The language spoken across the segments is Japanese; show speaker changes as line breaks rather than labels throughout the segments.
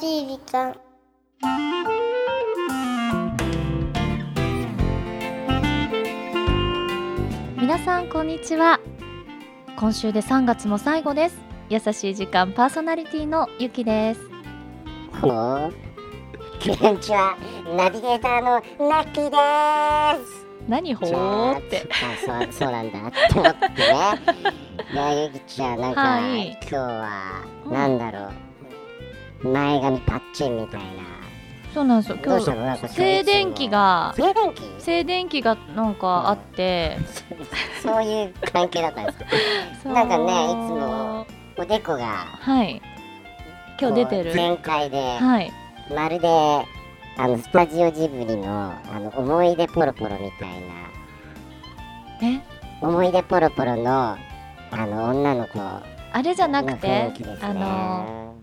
しい時間
皆さんこんにちは今週で3月も最後です優しい時間パーソナリティのゆきです
こんにちは、ナビゲーターのラッキーでーす。
何ほーって
じゃあ、そうそうなんだって思 ってね。いや、ゆきちゃん、なんか、
はい
今日は
う、ん
なんだろう、前髪パッチンみたいな。
そうなんですよ
ど
今
うしたのなんか
日静電気が
静電気
静電気がなんかあって
そういう関係だったんですか
そう
なんかねいつもおでこが、
はい今日出てる
こう全開で、
はい
まるで、あの、スタジオジブリの、あの、思い出ポロポロみたいな。
え
思い出ポロポロのあの女の子
あれじゃなく
の雰
て
囲気ですね
あの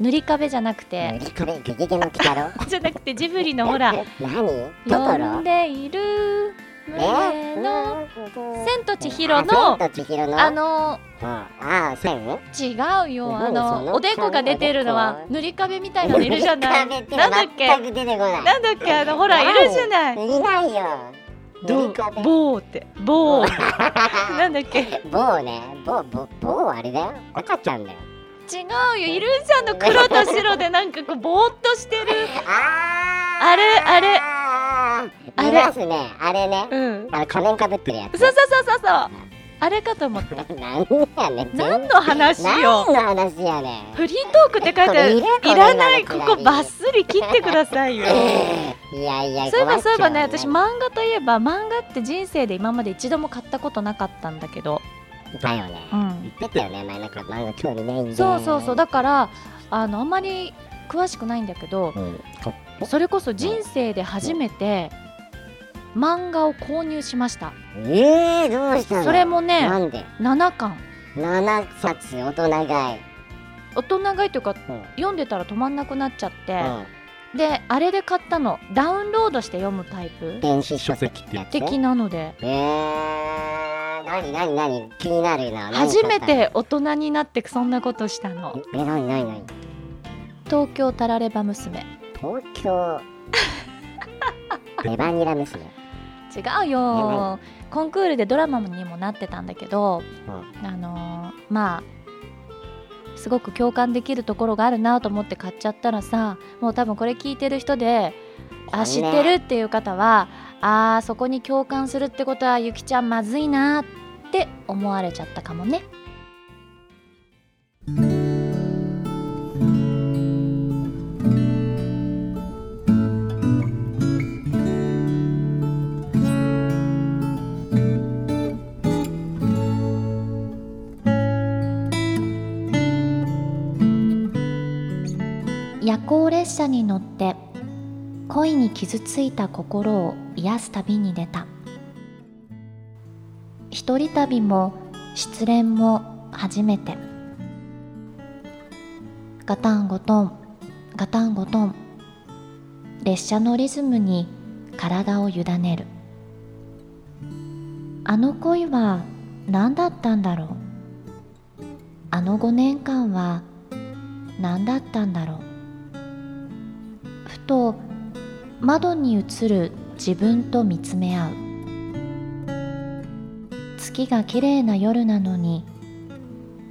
塗り壁じゃなくて
塗り壁ゲゲゲの鬼太郎
じゃなくてジブリのほら
え 何
呼
ト
ん
トロ
でいる胸の
うん
千と千尋の
あ千と千尋の
あの
うんああ千
違うよ
何
あ
その
のおでこが出てるのは
おでこ
塗り壁みたいなのいるじゃない
塗
な
り壁っ
ん
て
だっけ
全く出てこない
なんだっけあのほらいるじゃない
いないよ塗り壁
棒って棒 なんだっけ違
棒ね棒棒棒あれだよ赤ちゃんだよ
うよいるじ ゃんの黒と白でなんかこうぼーっとしてる
あー
あれあれ
あれ
あれ
いますねあれね
うん
あの仮面かぶってるや
そう
つ
そうそうそうそうあれかと思った
なんやねん
何の話
何
よ
の話やねん
フリートークって書いてある
これいるこれ
いらない
こ
こ
れ
こバッスリ切ってくださいよ
いやいや
そういえばそういえばね
困っち
私
ゃ
漫画といえば漫画って人生で今まで一度も買ったことなかったんだけど、
だよね
うん
言、ってたよね前なんか漫画興味ないんで
そうそうそうだからあのあんまり詳しくないんだけど
うんこ
それこそ人生で初めて漫画を購入しました
えー、どうしたの
それもね
なんで
7巻
7冊大人買い
大人買いというか
うん
読んでたら止まんなくなっちゃって
う、ん
であれで買ったのダウンロードして読むタイプ
電子書籍ってやつ
的なので
えー、なになになに気になるな何
初
買っ
め
て
大人になってそんなことしたの
たのえなになになに
東京タラレバ娘
東京 レバニラ娘
違うよコンクールでドラマにもなってたんだけど、あのーまあすごく共感できるところがあるなと思って買っちゃったらさもう多分これ聞いてる人で、あ知ってるっていう方はあーそこに共感するってことはゆきちゃんまずいなって思われちゃったかもね夜行列車に乗って恋に傷ついた心を癒す旅に出た一人旅も失恋も初めてガタンゴトンガタンゴトン列車のリズムに体を委ねるあの恋は何だったんだろうあの5年間は何だったんだろうふと窓に映る自分と見つめ合う月が綺麗な夜なのに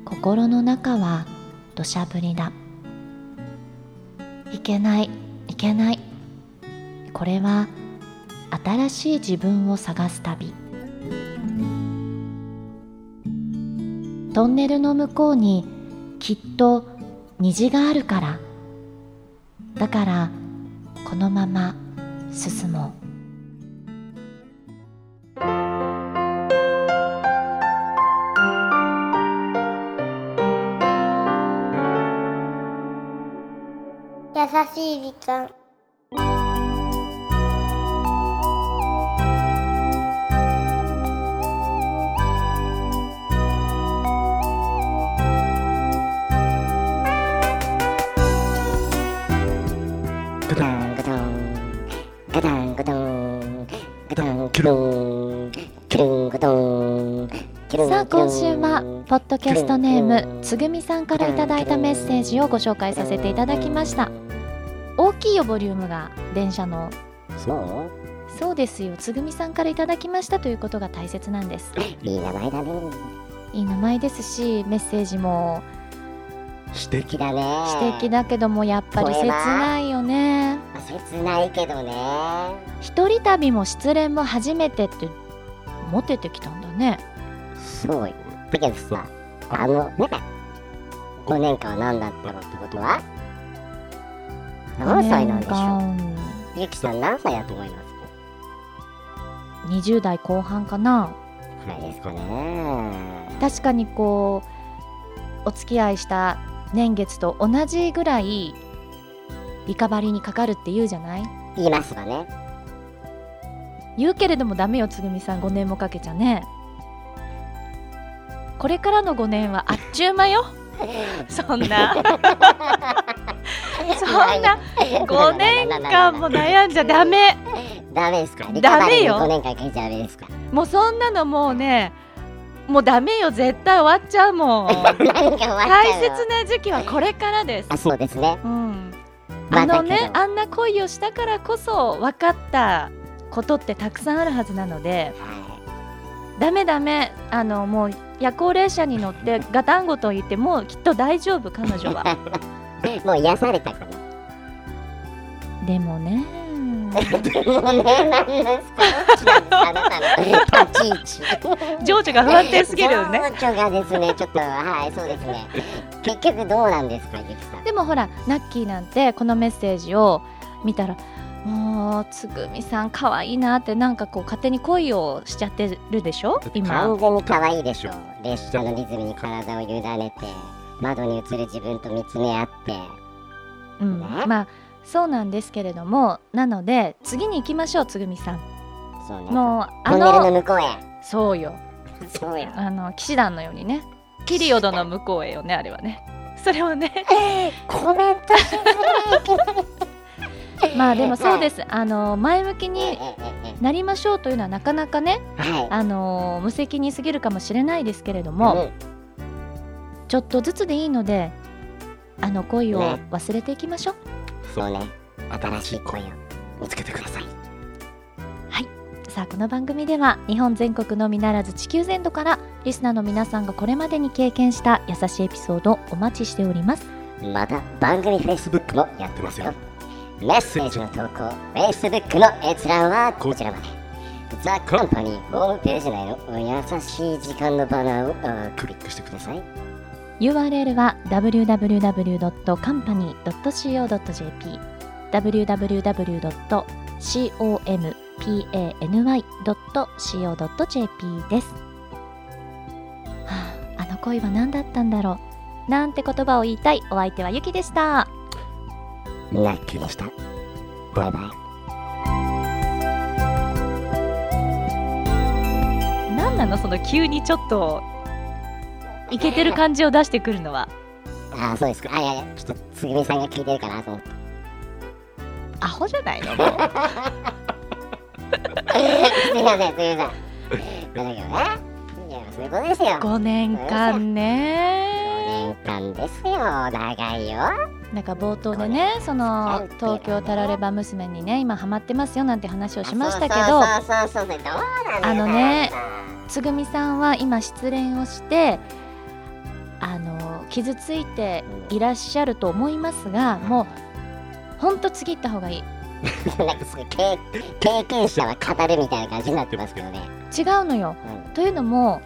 心の中は土砂降りだいけないいけないこれは新しい自分を探す旅トンネルの向こうにきっと虹があるからだからこのまま進も
優しい時間
ガタンガタンガタンガタンガタンキュルンキュルンガタン
さあ今週はポッドキャストネームつぐみさんからいただいたメッセージをご紹介させていただきました大きいよボリュームが電車の
そう
そうですよつぐみさんからいただきましたということが大切な んです
いい名前だね
いい名前ですしメッセージも
指摘だね
素敵だけどもやっぱり切ないよね
切ないけどね
一人旅も失恋も初めてってモテてきたんだね
そうだけどさあのなんか5年間は何だったのってことは何歳なんでしょ
年間
うゆきさん何歳だと思いますか
20代後半かな
くらいですかね
確かにこうお付き合いした年月と同じぐらいリカバリーにかかるって言うじゃない
言いますわね
言うけれどもダメよつぐみさん5年もかけちゃねこれからの5年はあっちゅう間 よそんなそんな5年間も悩んじゃダメ
ダメですか
ダメよ
5年間かけちゃダメですか
もうそんなのもうねもうダメよ絶対終わっちゃうもん
何 か終わっちゃう
大
よ
切な時期はこれからです
あそうですね
うん、
ま
あ
あ
の
だけ
ね
ど
あんな恋をしたからこそ分かったことってたくさんあるはずなので
は
ダメダメあのもう夜行列車に乗ってガタンゴと言ってもうきっと大丈夫彼女 は
いもう癒されたか な
でも ね
もうね、なんですか。あなたの立ち位置。
情緒が不安定すぎるよね。
情緒がですね、ちょっと、はい、そうですね。結局どうなんですか、ゆきさん。
でもほらナッキーなんてこのメッセージを見たらもうつぐみさん可愛いなってなんかこう勝手に恋をしちゃってるでしょ今
完全に可愛いでしょ列車のリズムに体を委ねて、窓に映る自分と見つめ合って。
うん、
ね
まあそうなんですけれどもなので次に行きましょうつぐみさん
そうね。
もう
ト
あ
ンネル
の
の向こうへ。
そうよ
そうや。
あの騎士団のようにねピリオドの向こうへよねあれはねそれをね
コメントしづらい。。
まあでもそうですすあの前向き
ええ
に
ええ
なりましょうというのはなかなかね
ええは
あの無責任すぎるかもしれないですけれど
い。
も、
うん
ちょっとずつでいいのであの恋を
ね
忘れていきましょう、
そうね。新しい恋を見つけてください。
さあこの番組では日本全国のみならず地球全土からリスナーの皆さんがこれまでに経験した優しいエピソードをお待ちしております
また番組 Facebook もやってますよメッセージの投稿 Facebook の閲覧はこちらまでザ・カンパニーホームページ内のお優しい時間のバナーをあークリックしてください
URL は www.company.co.jp www.company.co.jp です、はあ、あの恋は何だったんだろうなんて言葉を言いたいお相手はゆきでした
ラッキーでしたバイバイ
なんなのその急にちょっとイケてる感じを出してくるのは
ああそうですかあいやいやちょっとつぐみさんが聞いてるかなと思って
アホじゃないのもう
すみませんすみませんだけどねいやそういうことですよ5
5年間ね
年間ですよ長いよ
なんか冒頭でねその
そう
東京タラレバ娘にね今ハマってますよなんて話をしましたけど
あそうそうそうそうどうなんだよ
あのね
あなた
つぐみさんは今失恋をしてあの傷ついていらっしゃると思いますがもうほんと次行った方がいい
なんかすごい経経験者は語るみたいな感じになってますけどね。
違うのよというのも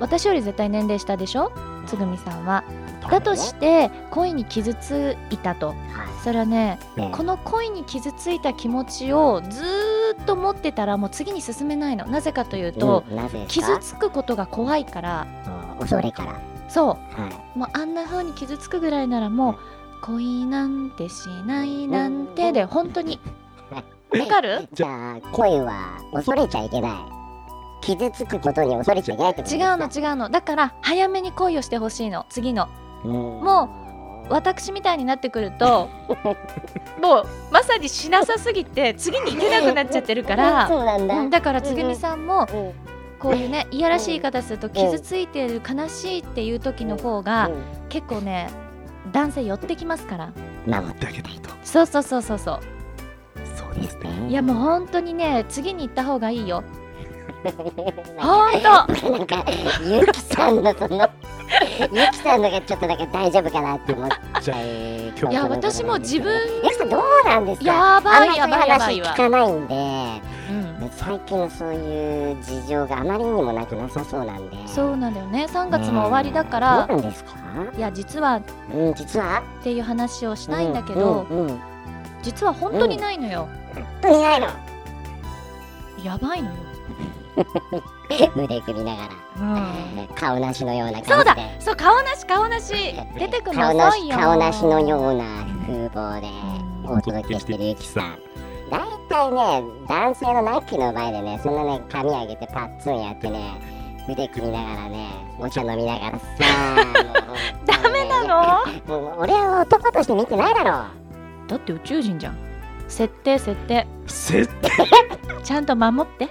私より絶対年齢下でしょつぐみさんはだとして恋に傷ついたと
は
それはね
いね
この恋に傷ついた気持ちをずーっと持ってたらもう次に進めないのなぜかというと、
うんなぜです
傷
か
つくことが怖いから
うん恐れから。
そ
は
うもうあんな風に傷つくぐらいならもう恋なんてしないなんてで本当にわかる
い。じゃあ恋は恐れちゃいけない。傷つくことに恐れちゃいけないってこと
違うの違うのだから早めに恋をしてほしいの次の
うの。
も私みたいになってくる ともうまさにしなさすぎて次に行けなくなっちゃってるから
そうなんだ。
うんだからつぐみさんも
うん。
こういうねいやらしい言い方すると傷ついてる悲しいっていう時の方が結構ね男性寄ってきますから
守っ
だけだと
そうそうそうそうそ
そうですね
ういやもう本当にね次に行った方がいいよ
う
本当
なんかゆきさんのそのゆきさんのがちょっとなんか大丈夫かなって思っちゃう
い
いや私も自分
ゆきさんどうなんですか
やばいや
あんま
ばい
り
やばい
話
わ
聞、かないんで
うん、
最近のそういう事情があまりにもなくなさそうなんで
そうなんだよね3月も終わりだから
どうなんですか
いや実はっ
うん実は
ていう話をしたいんだけど
うんうん うん
実は本当にないのよ
本当にないの
やばいのよ
腕組みながら
うん
顔なしのような感じで
そうだそう顔なし顔なし出てくの
顔な
遅い
し
よ
顔なしのような風貌で
うん
お届けしてるゆきさん大体ね男性のナッキーの前でねそんなね髪上げてパッツンやってね腕組みながらねお茶飲みながらさ
ダメなの
のもう俺は男として見てないだろ
だって宇宙人じゃん設定設定
せ
ちゃんと守って